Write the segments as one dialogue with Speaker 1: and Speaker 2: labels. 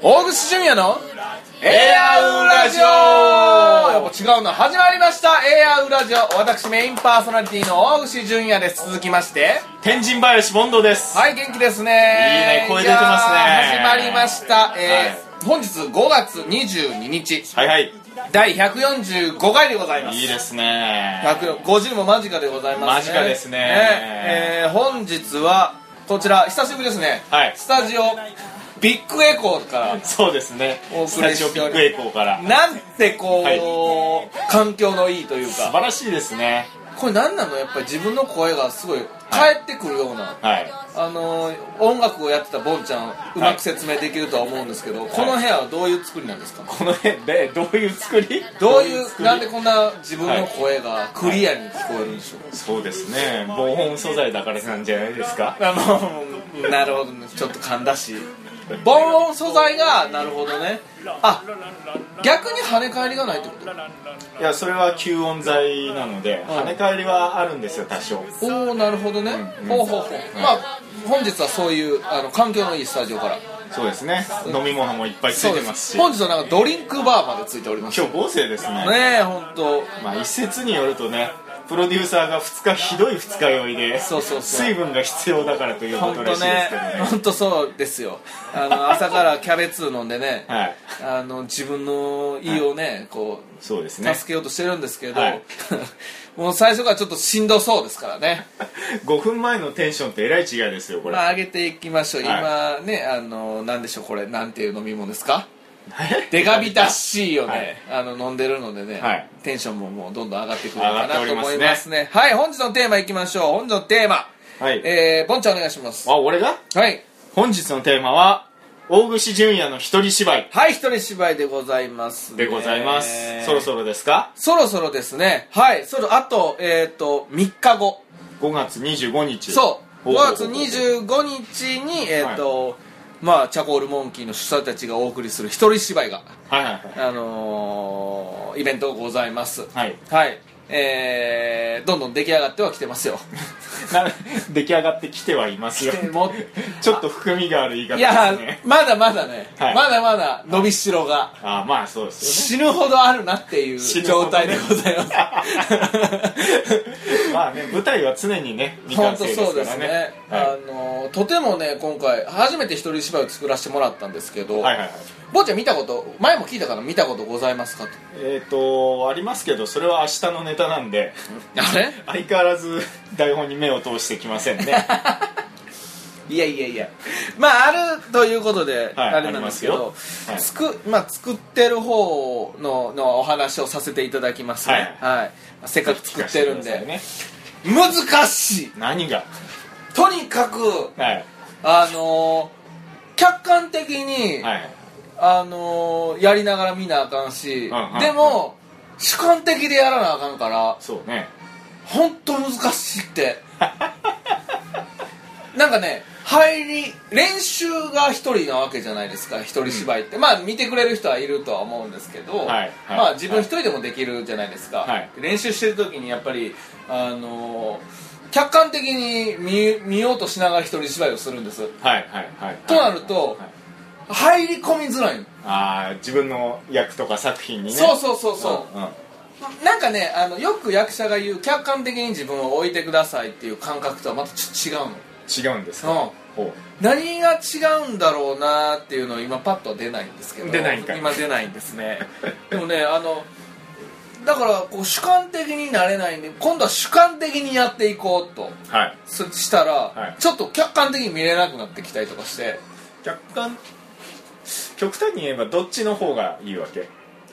Speaker 1: 大口純也のエ
Speaker 2: エ
Speaker 1: ア
Speaker 2: ア
Speaker 1: ウ
Speaker 2: ウ
Speaker 1: ラ
Speaker 2: ラ
Speaker 1: ジ
Speaker 2: ジ
Speaker 1: オ
Speaker 2: オ
Speaker 1: やっぱ違うな始まりましたエアウラジオ私メインパーソナリティの大口純也です続きまして
Speaker 2: 天神林ボンドです、
Speaker 1: はい元気ですね
Speaker 2: いいね声出てますね
Speaker 1: いやー始まりました、えー本日5月22日
Speaker 2: はいはい
Speaker 1: 第145回でございます
Speaker 2: いいですね
Speaker 1: 150も間近でございますね
Speaker 2: 間近ですね
Speaker 1: えー本日はこちら久しぶりですね、
Speaker 2: はい
Speaker 1: スタジオビッグエコーから
Speaker 2: そうですね
Speaker 1: お
Speaker 2: ス
Speaker 1: 送
Speaker 2: タ
Speaker 1: りし
Speaker 2: ジオビ
Speaker 1: ており
Speaker 2: ッグエコーから
Speaker 1: なんてこう、
Speaker 2: は
Speaker 1: 環境のいいという
Speaker 2: 素
Speaker 1: か
Speaker 2: 晴らしいですね
Speaker 1: これ何なのやっぱり自分の声がすごい
Speaker 2: はい
Speaker 1: 返ってくるような、
Speaker 2: はい
Speaker 1: あのー音楽をやってたボンちゃんうまく説明できるとは思うんですけど、この部屋はどういう作りなんですか、
Speaker 2: この辺でどういう作り
Speaker 1: どういう
Speaker 2: 作
Speaker 1: なん
Speaker 2: り
Speaker 1: でこんな自分の声がクリアに聞こえるんでしょう、
Speaker 2: そうですね防音素材だからなんじゃないですか
Speaker 1: あのなるほどねちょっと噛んだし防音素材がなるほどねあ逆に跳ね返りがないってこと
Speaker 2: いやそれは吸音材なので跳ね返りはあるんですよ多少
Speaker 1: おおなるほどね、
Speaker 2: うん
Speaker 1: ほうほうほう、
Speaker 2: うん
Speaker 1: まあ本日はそういうあの環境のいいスタジオから
Speaker 2: そうですね飲み物もいっぱいついてますし
Speaker 1: 本日はなんかドリンクバーまでついております
Speaker 2: 今日合成ですね
Speaker 1: ねえ本当
Speaker 2: まあ一説によるとねプロデューサーが2日ひどい2日酔いで
Speaker 1: そうそうそう
Speaker 2: 水分が必要だからというこ
Speaker 1: 本
Speaker 2: と
Speaker 1: 当
Speaker 2: らしいです
Speaker 1: ね
Speaker 2: けどね
Speaker 1: 本当そうですよあ の朝からキャベツ飲んでね、
Speaker 2: はい
Speaker 1: あの自分の胃をね、こう
Speaker 2: そうですね
Speaker 1: 助けようとしてるんですけど、
Speaker 2: はい
Speaker 1: もう最初からちょっとしんどそうですからね、
Speaker 2: 5分前のテンションとえらい違いですよこれ、
Speaker 1: まあ、上げていきましょう、今
Speaker 2: は
Speaker 1: ねあのなんでしょうこれなんていう飲み物ですか
Speaker 2: え
Speaker 1: デカビタ C をね、あの飲んでるのでね、
Speaker 2: はい
Speaker 1: テンションももうどんどん上がってくるのかなと
Speaker 2: 上がって
Speaker 1: 思
Speaker 2: お
Speaker 1: い
Speaker 2: りますね
Speaker 1: ますねはい本日のテーマいきましょう本日のテーマ、
Speaker 2: はい
Speaker 1: えー、ボンちゃんお願いします
Speaker 2: あ俺が
Speaker 1: はい
Speaker 2: 本日のテーマは大串純也の一人芝居
Speaker 1: はい一人芝居でございますね、
Speaker 2: でございます、そろそろですか
Speaker 1: そろそろですねはいそろあとえっ、と3日後
Speaker 2: 5月25日
Speaker 1: そう5
Speaker 2: お
Speaker 1: 月25日にえっ、と、まあチャコールモンキーの主催たちがお送りする一人芝居が
Speaker 2: はいはいはい
Speaker 1: あのーイベントがございます
Speaker 2: はい
Speaker 1: はいえー、どんどん出来上がってはきてますよ
Speaker 2: な出来上がってきてはいますよ
Speaker 1: も
Speaker 2: ちょっと含みがある言い方
Speaker 1: い
Speaker 2: で
Speaker 1: や
Speaker 2: すね
Speaker 1: まだまだね、
Speaker 2: はい
Speaker 1: まだまだ伸びしろが
Speaker 2: あまあそうですよね
Speaker 1: 死ぬほどあるなっていう
Speaker 2: 死ぬほ
Speaker 1: 状
Speaker 2: どね
Speaker 1: 態でございます
Speaker 2: まあね舞台は常にね未
Speaker 1: 本
Speaker 2: 完
Speaker 1: 当
Speaker 2: 成です
Speaker 1: そうで
Speaker 2: から
Speaker 1: すね、
Speaker 2: ねは
Speaker 1: あのとてもね今回初めて一人芝居を作らせてもらったんですけど、
Speaker 2: いはいはいはい
Speaker 1: 坊ちゃん見たこと前も聞いたから見たことございますかと
Speaker 2: えっ、とありますけどそれは明日のネタな んで
Speaker 1: あれ
Speaker 2: 相変わらず台本に目を通してきませ んね
Speaker 1: いやいやいやまああるということで、
Speaker 2: はい
Speaker 1: あれなんですけ
Speaker 2: あり
Speaker 1: ど
Speaker 2: ますよはい
Speaker 1: つくまあ、作ってる方ののお話をさせていただきますね、はいせっかく作ってるんで、
Speaker 2: ね
Speaker 1: 難しい
Speaker 2: 何が
Speaker 1: とにかく
Speaker 2: はい
Speaker 1: あの客観的に、
Speaker 2: はい
Speaker 1: あのーやりながら見なあかんし、
Speaker 2: うんうん
Speaker 1: でも、主観的でやらなあかんから
Speaker 2: そうね
Speaker 1: 本当難しいってなんかね入り練習が一人なわけじゃないですか一人芝居って、まあ見てくれる人はいるとは思うんですけど、
Speaker 2: はいはい
Speaker 1: まあ自分一人でもできるじゃないですか、
Speaker 2: はい
Speaker 1: 練習してる時にやっぱりあのー客観的に見見ようとしながら一人芝居をするんです
Speaker 2: はいはいはい
Speaker 1: となると
Speaker 2: はい
Speaker 1: 入り込みづらいの、
Speaker 2: ああ自分の役とか作品にね
Speaker 1: そうそうそうそう、
Speaker 2: うんうん
Speaker 1: なんかねあのよく役者が言う客観的に自分を置いてくださいっていう感覚とはまたちょっと違う
Speaker 2: 違うんですか
Speaker 1: の、うん、
Speaker 2: ほ
Speaker 1: 何が違うんだろうなっていうのを今パッとは出ないんですけど
Speaker 2: 出ないんかい
Speaker 1: 今出ないんです ねでもねあのだからこう主観的になれないんで今度は主観的にやっていこうと
Speaker 2: うはい
Speaker 1: そしたら、
Speaker 2: はい
Speaker 1: ちょっと客観的に見れなくなってきたりとかして
Speaker 2: 客観極端に言えばどっちの方がいいわけ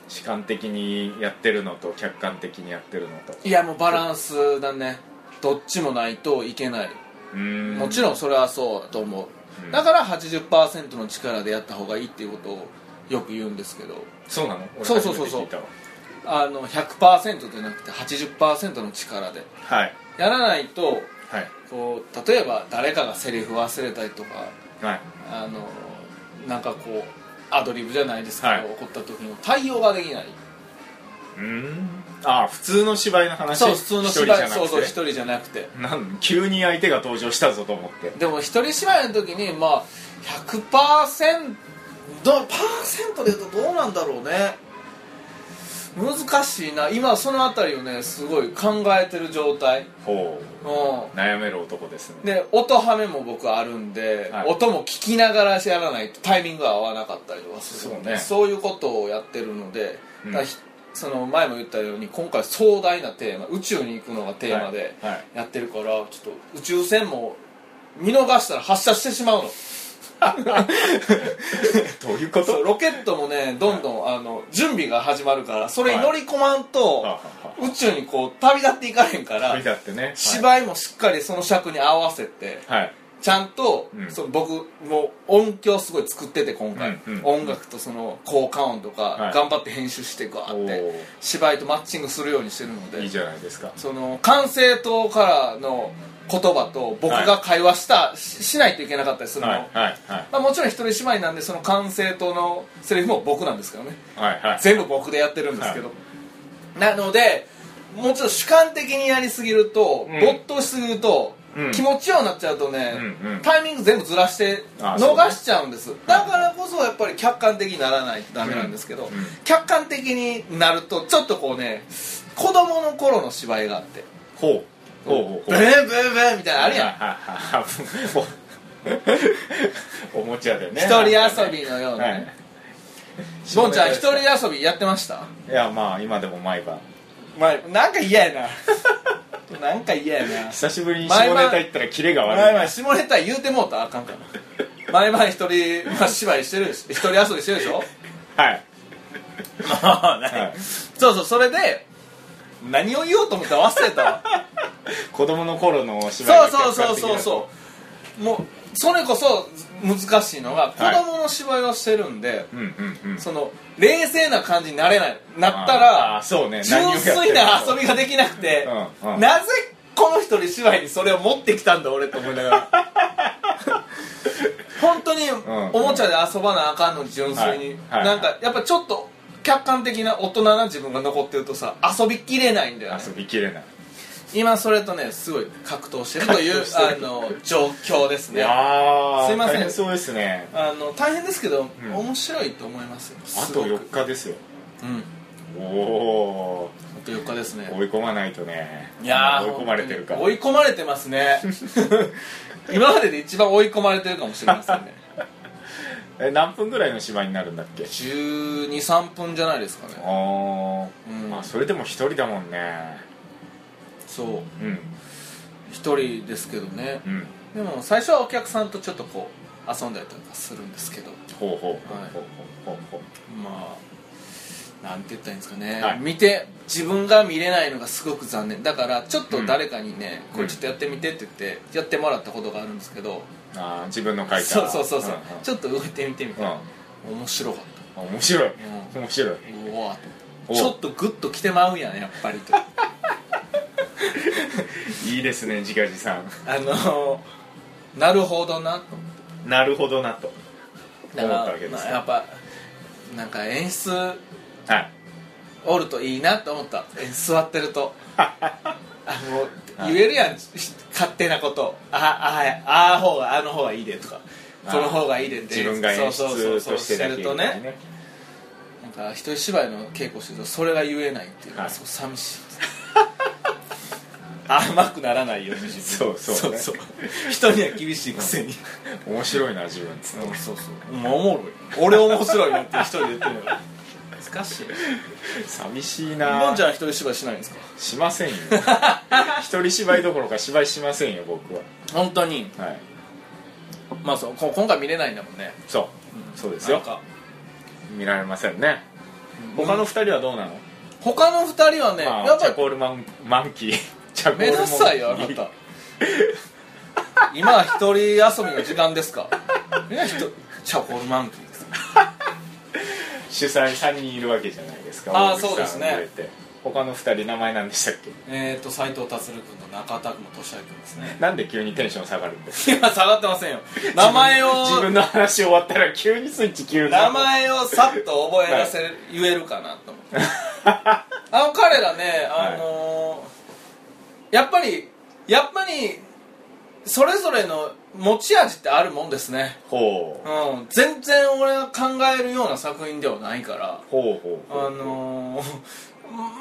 Speaker 2: 主観的にやってるのと客観的にやってるのと
Speaker 1: いやもうバランスだねどっちもないといけない、
Speaker 2: うーん
Speaker 1: もちろんそれはそうだと思う、
Speaker 2: うん
Speaker 1: だから80%の力でやった方がいいっていうことをよく言うんですけど
Speaker 2: そうなの俺
Speaker 1: そうそうそうそう
Speaker 2: 初めて聞い
Speaker 1: あの100%じゃなくて80%の力で
Speaker 2: たわはい
Speaker 1: やらないと
Speaker 2: はい
Speaker 1: こう例えば誰かがセリフ忘れたりとか
Speaker 2: はい
Speaker 1: あのなんかこうアドリブじゃないですけど、
Speaker 2: はい
Speaker 1: 起こった時の対応ができないう
Speaker 2: ーんああ普通の芝居の話
Speaker 1: そう普通の芝居
Speaker 2: 一人じゃなくて
Speaker 1: そうそう一人じゃなくて
Speaker 2: なん急に相手が登場したぞと思って
Speaker 1: でも一人芝居の時にまあ100%どパーセントで言うとどうなんだろうね難しいな今そのあたりをねすごい考えてる状態
Speaker 2: ほ
Speaker 1: うん
Speaker 2: う悩める男ですね
Speaker 1: で音ハメも僕あるんで、
Speaker 2: はい
Speaker 1: 音も聞きながらやらないとタイミングが合わなかったりとかするんで
Speaker 2: そうね
Speaker 1: そういうことをやってるので、
Speaker 2: うん
Speaker 1: だからひその前も言ったように今回壮大なテーマ宇宙に行くのがテーマで
Speaker 2: はいはい
Speaker 1: やってるから、ちょっと宇宙船も見逃したら発射してしまうの
Speaker 2: どういうこ
Speaker 1: そう
Speaker 2: と
Speaker 1: ロケットもねどんどん、あの準備が始まるからそれに乗り込まんと、
Speaker 2: はあ
Speaker 1: 宇宙にこう旅立っていかへんから、
Speaker 2: 無理だってねはい
Speaker 1: 芝居もしっかりその尺に合わせて
Speaker 2: はい
Speaker 1: ちゃんと、
Speaker 2: うん
Speaker 1: その僕もう音響すごい作ってて今回、
Speaker 2: うんうん
Speaker 1: 音楽とその効果音とか、
Speaker 2: はい
Speaker 1: 頑張って編集してガーっ
Speaker 2: おー
Speaker 1: て芝居とマッチングするようにしてるので
Speaker 2: いいじゃないですか
Speaker 1: その管制塔からの言葉と僕が会話した、ししないといけなかったりするの、
Speaker 2: はいはいはい
Speaker 1: まあ、もちろん一人芝居なんでその管制塔のセリフも僕なんですけどね
Speaker 2: はいはい
Speaker 1: 全部僕でやってるんですけど、なのでもうちょっと主観的にやりすぎると、
Speaker 2: うん
Speaker 1: 没頭しすぎると、
Speaker 2: うん
Speaker 1: 気持ちようになっちゃうとね、
Speaker 2: うんうん
Speaker 1: タイミング全部ずらして
Speaker 2: あ
Speaker 1: 逃
Speaker 2: そうね
Speaker 1: しちゃうんです、だからこそやっぱり客観的にならないとダメなんですけど、
Speaker 2: んうん
Speaker 1: 客観的になるとちょっとこうね子供の頃の芝居があって
Speaker 2: ほう
Speaker 1: ブ
Speaker 2: ほう
Speaker 1: ー
Speaker 2: ほうほう
Speaker 1: ブーブーみたいなのあるやん
Speaker 2: ん おもちゃでね
Speaker 1: 一人遊びのようなね、
Speaker 2: はい
Speaker 1: ボンちゃん一人遊びやってました
Speaker 2: いやまあ今でも毎晩
Speaker 1: まあ、なんか嫌やな なんか嫌やな
Speaker 2: 久しぶりに下ネタ行ったらキレが悪い
Speaker 1: 前々下ネタ言うてもうたらあかんから前々一人、まあ、芝居してるでし一人遊びしてるでしょ
Speaker 2: はい
Speaker 1: まあね
Speaker 2: はい
Speaker 1: そうそうそれで何を言おうと思ったら忘れた わ
Speaker 2: 子供の頃の芝居
Speaker 1: そう
Speaker 2: が
Speaker 1: そうそうそうそうもうそれこそ難しいのが子
Speaker 2: はい
Speaker 1: 供の芝居をしてるんで、
Speaker 2: うんうんうん
Speaker 1: その冷静な感じになれないなった
Speaker 2: あー
Speaker 1: ら
Speaker 2: そうね
Speaker 1: 純粋な遊
Speaker 2: び
Speaker 1: びができなくて、
Speaker 2: うんうん
Speaker 1: なぜこの人に芝居にそれを持ってきたんだ俺と思いなが ら本当に
Speaker 2: ん
Speaker 1: おもちゃで遊ばなあかんのに純粋に、
Speaker 2: はいはい
Speaker 1: なんかやっぱちょっと客観的な大人な自分が残ってるとさ遊びきれないんだよね
Speaker 2: 遊びきれない
Speaker 1: 今それとねすごい格闘してるという
Speaker 2: 格闘して
Speaker 1: あ
Speaker 2: る
Speaker 1: の状況です
Speaker 2: い
Speaker 1: ね
Speaker 2: やー
Speaker 1: すいません
Speaker 2: 大変そうですね
Speaker 1: あの大変ですけど、
Speaker 2: ん
Speaker 1: 面白いと思いますよ
Speaker 2: あ
Speaker 1: すご
Speaker 2: と
Speaker 1: く
Speaker 2: 4日ですよ
Speaker 1: うん
Speaker 2: おお
Speaker 1: あと4日ですね
Speaker 2: ー追い込まないとね
Speaker 1: いやー
Speaker 2: 追い込まれてるから
Speaker 1: 追い込まれてますね 今までで一番追い込まれてるかもしれませんね
Speaker 2: え何分ぐらいの芝居になるんだっけ
Speaker 1: 1 2 3分じゃないですかね
Speaker 2: ああ、
Speaker 1: うん
Speaker 2: まあそれでも一人だもんね
Speaker 1: そう
Speaker 2: うん
Speaker 1: 一人ですけどね
Speaker 2: うん
Speaker 1: でも最初はお客さんとちょっとこう遊んだりとかするんですけど
Speaker 2: ほうほう
Speaker 1: はい
Speaker 2: ほうほうほうほう
Speaker 1: まあなんて言ったらいいんですかね、
Speaker 2: はい
Speaker 1: 見て自分が見れないのがすごく残念だからちょっと誰かにね、
Speaker 2: うん
Speaker 1: これちょっとやってみてって言ってやってもらったことがあるんですけど、
Speaker 2: あー自分の書いた
Speaker 1: そうそうそうそう、ち
Speaker 2: ょっ
Speaker 1: ょっと動いてみてみたいな、面白かった
Speaker 2: 面白い
Speaker 1: うん
Speaker 2: 面白いう
Speaker 1: わ
Speaker 2: お
Speaker 1: ちょっとグッときてまうんやねやっぱりと あ
Speaker 2: いいですねじかじさん
Speaker 1: のなるほどなと
Speaker 2: なるほどなと
Speaker 1: だ
Speaker 2: 思
Speaker 1: か
Speaker 2: った
Speaker 1: ら
Speaker 2: わけです
Speaker 1: まあ
Speaker 2: ね
Speaker 1: やっぱなんか演出
Speaker 2: はい
Speaker 1: おるといいなと思ったえ座ってる とあもう言えるやん、し勝手なことあああああ方があの方がいいでとか
Speaker 2: あ
Speaker 1: この方がいいでって
Speaker 2: 自分が演
Speaker 1: そうそうそう
Speaker 2: 出
Speaker 1: そう
Speaker 2: としてだけ
Speaker 1: るとねなんか一人芝居の稽古してるとそれが言えないっていうの
Speaker 2: は
Speaker 1: が
Speaker 2: い
Speaker 1: すごい寂しい、 甘くならないように自分
Speaker 2: そうそうね
Speaker 1: そう人には厳しいくせに
Speaker 2: 面白いな自分
Speaker 1: そうそうそうおもろい俺面白いなって一人で言ってるのが難しい
Speaker 2: 寂しい
Speaker 1: ボ
Speaker 2: な
Speaker 1: ンちゃんは一人芝居しないんですか
Speaker 2: しま せんよ一人芝居どころか芝居しませんよ僕は
Speaker 1: 本当に
Speaker 2: はい
Speaker 1: まあそうこ今回見れないんだもんね
Speaker 2: そうそうですよ
Speaker 1: なんか
Speaker 2: 見られませんね
Speaker 1: うん
Speaker 2: 他の二人はどうなの
Speaker 1: 他の二人はね、
Speaker 2: ま
Speaker 1: や
Speaker 2: あ
Speaker 1: っ
Speaker 2: チ
Speaker 1: ぱり
Speaker 2: ャコールマンマ ンキーチャコー
Speaker 1: 目
Speaker 2: ル
Speaker 1: 指
Speaker 2: モンキー
Speaker 1: すさいよあな た今は一人遊びの時間です かいや一人チャコールマンキーです
Speaker 2: 主催3人いるわけじゃないですか
Speaker 1: あー
Speaker 2: 大口さん
Speaker 1: そうですね
Speaker 2: 入れて他の2人名前なんでしたっけ
Speaker 1: えーと斉藤達郎君と中田君と俊明君ですね
Speaker 2: なんで急にテンション下がるんです か
Speaker 1: 今下がってませんよ名前を
Speaker 2: 自分の話終わったら急にスイッチ切る
Speaker 1: 名前をさっと覚え出せる、言えるかなと思って あの彼らねあのーやっぱりやっぱりそれぞれの持ち味ってあるもんですね
Speaker 2: ほう
Speaker 1: うん全然俺が考えるような作品ではないから
Speaker 2: ほうほう
Speaker 1: あ
Speaker 2: ほう
Speaker 1: のー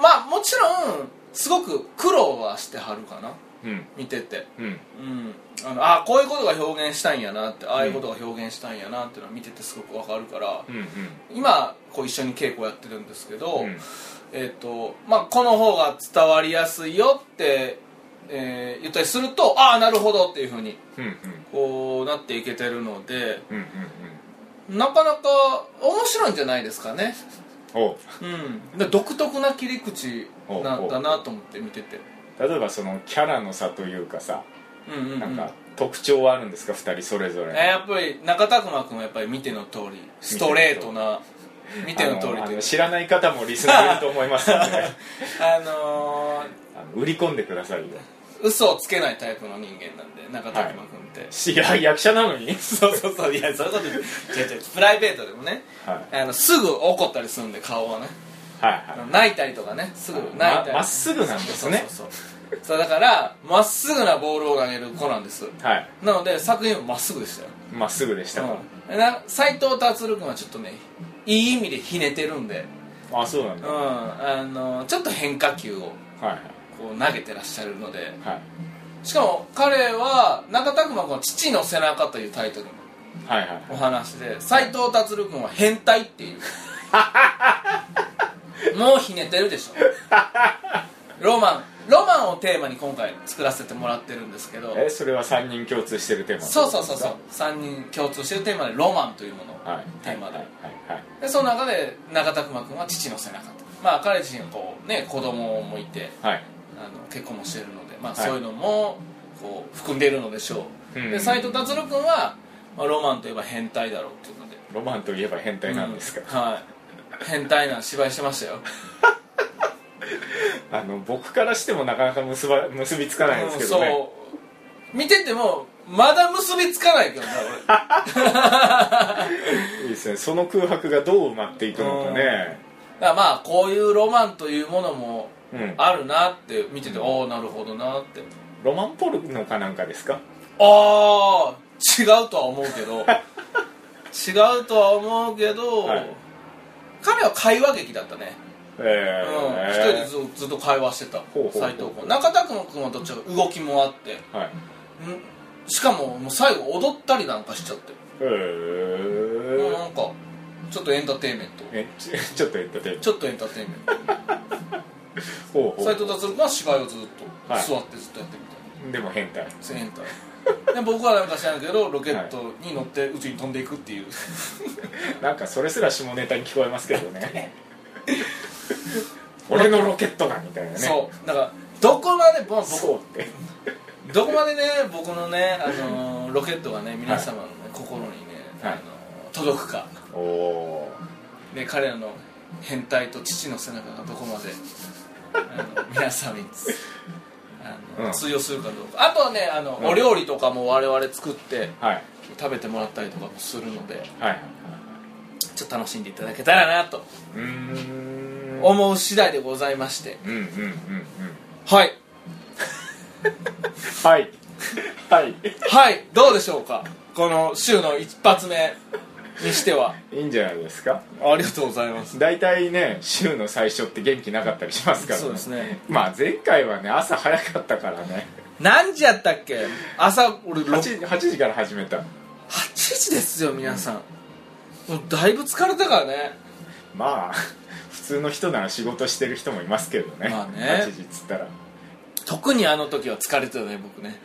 Speaker 1: まあもちろんすごく苦労はしてはるかな
Speaker 2: うん
Speaker 1: 見てて
Speaker 2: うん
Speaker 1: うんあのあこういうことが表現したいんやなってああいうことが表現したいんやなっていうのは見ててすごくわかるから、
Speaker 2: うんうん
Speaker 1: 今こう一緒に稽古やってるんですけど、
Speaker 2: うん
Speaker 1: えっ、とまあこの方が伝わりやすいよって、えー言ったりするとああなるほどっていうふうに
Speaker 2: うん
Speaker 1: こうなっていけてるので
Speaker 2: うんうんうんうん
Speaker 1: なかなか面白いんじゃないですか ね
Speaker 2: ほ
Speaker 1: うんで独特な切り口な
Speaker 2: ほうん
Speaker 1: だなと思って見てて
Speaker 2: う例えばそのキャラの差というかさ
Speaker 1: うんうん、うん、
Speaker 2: なんか特徴はあるんですか2人それぞ
Speaker 1: え
Speaker 2: れ
Speaker 1: ーやっぱり中田熊君はやっぱり見ての通りストレートな見ての通り
Speaker 2: あ
Speaker 1: という
Speaker 2: の知らない方もリスナーいると思いますので
Speaker 1: あのー
Speaker 2: あの売り込んでくださいよ
Speaker 1: 嘘をつけないタイプの人間なんで中田熊君って、
Speaker 2: いや役者なのに
Speaker 1: そうそうそういやそういうこと言う違う違うプライベートでもね
Speaker 2: はい
Speaker 1: あのすぐ怒ったりするんで顔はね
Speaker 2: はい
Speaker 1: あ
Speaker 2: は
Speaker 1: の泣いたりとかねすぐ泣い
Speaker 2: い
Speaker 1: た
Speaker 2: ま
Speaker 1: り
Speaker 2: まっすぐなんですね
Speaker 1: そうそうそうそうだからまっすぐなボールを投げる子なんです
Speaker 2: はい
Speaker 1: なので作品もまっすぐでしたよ
Speaker 2: まっすぐでしたか
Speaker 1: うんな斎藤達郎君はちょっとねいい意味でひねてるんで、
Speaker 2: らあそうなん
Speaker 1: うん、
Speaker 2: だは
Speaker 1: あのちょっと変化球を
Speaker 2: いはい
Speaker 1: こう投げてらっしゃるので
Speaker 2: はい
Speaker 1: しかも彼は中田君は「父の背中」というタイトルの
Speaker 2: はいはい
Speaker 1: お話で斎藤達郎君は変態って いうもうひねてるでしょロマンロマンをテーマに今回作らせてもらってるんですけど
Speaker 2: えそれは3人共通してるテーマ
Speaker 1: そうそうそうそう3人共通してるテーマでロマンというものを
Speaker 2: はい
Speaker 1: テーマで
Speaker 2: はいはいはい
Speaker 1: でその中で中田熊君は父の背中とまあ彼自身はこうね子供もいて
Speaker 2: はい
Speaker 1: あの結婚もしてるのでまあ
Speaker 2: はい
Speaker 1: そういうのもこう含んでるのでしょう、
Speaker 2: うん
Speaker 1: で斎藤達郎君は、まあ、ロマンといえば変態だろうっていうので
Speaker 2: ロマンといえば変態なんですか、
Speaker 1: うんはい変態な芝居してましたよ
Speaker 2: あの僕からしてもなかなか結ば結びつかないですけど
Speaker 1: うん
Speaker 2: ね、
Speaker 1: そう見ててもまだ結びつかないけど ね俺
Speaker 2: いいですねその空白がどう埋まっていくのかね
Speaker 1: だからまあこういうロマンというものも
Speaker 2: うん
Speaker 1: あるなって見てて、おおなるほどなって
Speaker 2: ロマンポルノかなんかですか
Speaker 1: ああ違うとは思うけ ど違うとは思うけど、
Speaker 2: はい
Speaker 1: 彼は会話劇だったね、
Speaker 2: え
Speaker 1: うん
Speaker 2: ー、
Speaker 1: 一人でずずっと会話してた
Speaker 2: ほうほうほう
Speaker 1: 斎藤君中田君君はどっちか動きもあって
Speaker 2: はい
Speaker 1: んしかももう最後踊ったりなんかしちゃって、
Speaker 2: えー
Speaker 1: もうなんかちょっとエンターテインメント
Speaker 2: えち ちょっとエンターテインメント
Speaker 1: ちょっとエンターテインメン
Speaker 2: ほう
Speaker 1: ト
Speaker 2: ほ
Speaker 1: 斎藤達郎君は芝居をずっと、
Speaker 2: はい
Speaker 1: 座ってずっとやってみたいう
Speaker 2: でも変態
Speaker 1: なそういうエンターで僕はなんか知らんけどロケットに乗って宇宙に飛んでいくっていう
Speaker 2: なんかそれすら下ネタに聞こえますけど ね俺のロケットがみたいなね
Speaker 1: そうだからどこまでぼ僕
Speaker 2: そうって
Speaker 1: どこまでね僕のね、あのーロケットがね皆様の、ね心にね、
Speaker 2: はい
Speaker 1: あのー届くか、
Speaker 2: おお
Speaker 1: ね、彼らの変態と父の背中がどこまであの皆様につあの、
Speaker 2: うん
Speaker 1: 通用するかどうかあとはねあの、
Speaker 2: うん
Speaker 1: お料理とかも我々作って
Speaker 2: ーはい
Speaker 1: 食べてもらったりとかもするので
Speaker 2: はいはい
Speaker 1: ちょっと楽しんでいただけたらなと
Speaker 2: うーん
Speaker 1: 思う次第でございまして
Speaker 2: うんうんうんうん
Speaker 1: はい
Speaker 2: はいはい
Speaker 1: はいどうでしょうかこの週の一発目にしてはい
Speaker 2: いんじゃないですか
Speaker 1: ありがとうございます
Speaker 2: 大体ね週の最初って元気なかったりしますから、
Speaker 1: そうですね
Speaker 2: まあ前回はね朝早かったからね
Speaker 1: 何時やったっけ朝俺 6… 8,
Speaker 2: 8, 8時から始めた
Speaker 1: 時ですよ皆さんもうだいぶ疲れたからね
Speaker 2: まあ普通の人なら仕事してる人もいますけどね,、
Speaker 1: まあね
Speaker 2: 8時っつったら
Speaker 1: 特にあの時は疲れてたね僕 ね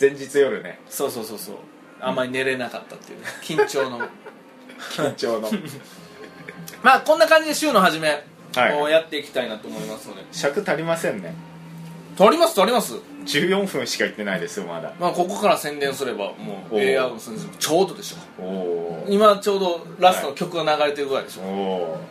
Speaker 2: 前日 夜ね
Speaker 1: そうそうそうそうあんまり寝れなかったっていうね緊張の
Speaker 2: 緊張の
Speaker 1: まあこんな感じで週の初め
Speaker 2: はい
Speaker 1: をやっていきたいなと思いますので、
Speaker 2: 尺足りませんね
Speaker 1: 撮ります撮ります
Speaker 2: 14分しか行ってないですよまだ
Speaker 1: まあここから宣伝すればもう
Speaker 2: おー
Speaker 1: AI の宣伝ちょうどでしょ
Speaker 2: おおー
Speaker 1: 今ちょうどラストの曲が流れてるぐらいでしょ、
Speaker 2: おお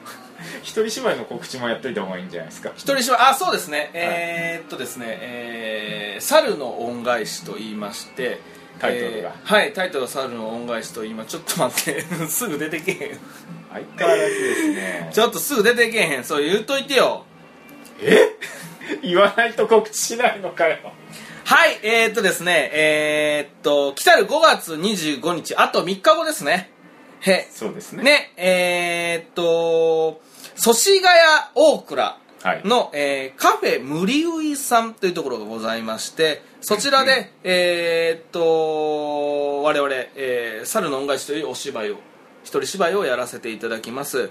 Speaker 2: 一人芝居の告知もやっといた方がいいんじゃないですか
Speaker 1: 一人芝居あそうですね、えー、っとですね、えー猿の恩返し」と言いまして
Speaker 2: タイトルが
Speaker 1: えーはいタイトルは「猿の恩返し」と言いまちょっと待って すぐ出てけへん
Speaker 2: 相変わらずです ね
Speaker 1: ちょっとすぐ出てけへんそう言うといてよ
Speaker 2: え言わないと告知しないのかよ
Speaker 1: はいえー、っとですねえー、っと来たる5月25日あと3日後ですねへ
Speaker 2: そうですね
Speaker 1: ねえー、っと祖師ヶ谷大倉
Speaker 2: はい
Speaker 1: の、えーカフェ無理ウイさんというところがございましてそちらで、
Speaker 2: うん
Speaker 1: えーっと我々、えー猿の恩返しというお芝居を一人芝居をやらせていただきます、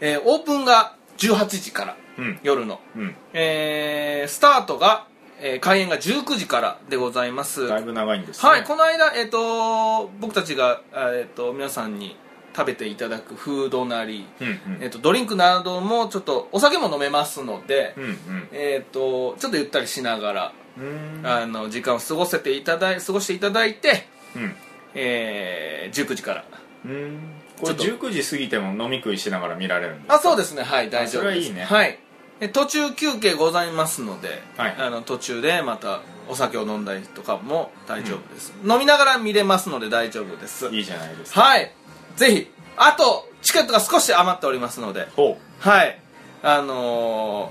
Speaker 1: えーオープンが18時から、
Speaker 2: うん
Speaker 1: 夜の、
Speaker 2: うん
Speaker 1: えースタートが、えー開演が19時からでございます
Speaker 2: だいぶ長いんですね
Speaker 1: はい、この間、えっと僕たちが、えっと皆さんに食べていただくフードなり、
Speaker 2: うんうん
Speaker 1: えっとドリンクなどもちょっとお酒も飲めますので、
Speaker 2: うんうん
Speaker 1: えっとちょっとゆったりしながら、
Speaker 2: うーん
Speaker 1: あの時間を過ごせていただい過ごしていただいて、
Speaker 2: うん
Speaker 1: えー19時から
Speaker 2: うんこ
Speaker 1: ち
Speaker 2: れ
Speaker 1: ょっと
Speaker 2: 19時過ぎても飲み食いしながら見られるんですか
Speaker 1: あそうですねはい大丈夫です
Speaker 2: それはいいね
Speaker 1: はい、え途中休憩ございますので、
Speaker 2: はい
Speaker 1: あの途中でまたお酒を飲んだりとかも大丈夫です、飲みながら見れますので大丈夫です
Speaker 2: いいじゃないですか
Speaker 1: はい。ぜひ。あと、チケットが少し余っておりますので、
Speaker 2: ほ
Speaker 1: はい。あの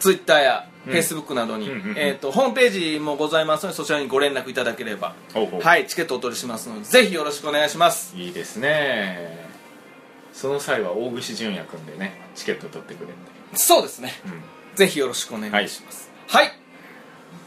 Speaker 1: ー、ツイッターや、
Speaker 2: う
Speaker 1: フ
Speaker 2: ん
Speaker 1: ェイスブックなどに、
Speaker 2: うんうんうん
Speaker 1: えっ、と、ホームページもございますので、そちらにご連絡いただければ、
Speaker 2: うほうほう
Speaker 1: はい、チケットをお取りしますので、ぜひよろしくお願いします。
Speaker 2: いいですねその際は大串淳也君でねチケット取ってくれって、
Speaker 1: そうですね。
Speaker 2: う
Speaker 1: ぜひよろしくお願
Speaker 2: ん、はいい
Speaker 1: します。はい。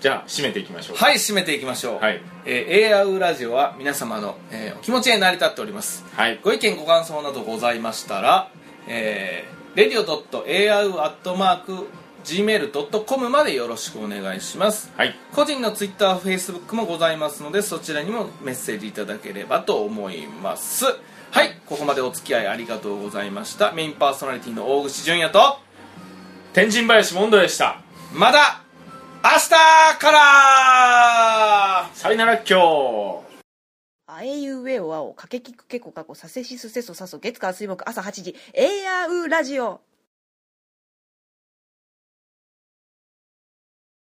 Speaker 2: じゃあ締めていきましょう
Speaker 1: はい、締めていきましょう。
Speaker 2: はい
Speaker 1: えー、AR ラジオは皆様の、えーお気持ちに成り立っております。
Speaker 2: はい
Speaker 1: ご意見ご感想などございましたら、えー、radio.ar.gmail.com までよろしくお願いします
Speaker 2: はい
Speaker 1: 個人の TwitterFacebook もございますのでそちらにもメッセージいただければと思いますはいここまでお付き合いありがとうございましたメインパーソナリティの大口純也と
Speaker 2: 天神林モンドでした
Speaker 1: また明日から
Speaker 2: さよなら今日
Speaker 3: あえいうえおあお、かけきくけこかこ、させしすせそさそ、月火水木朝8時、AR ラジオ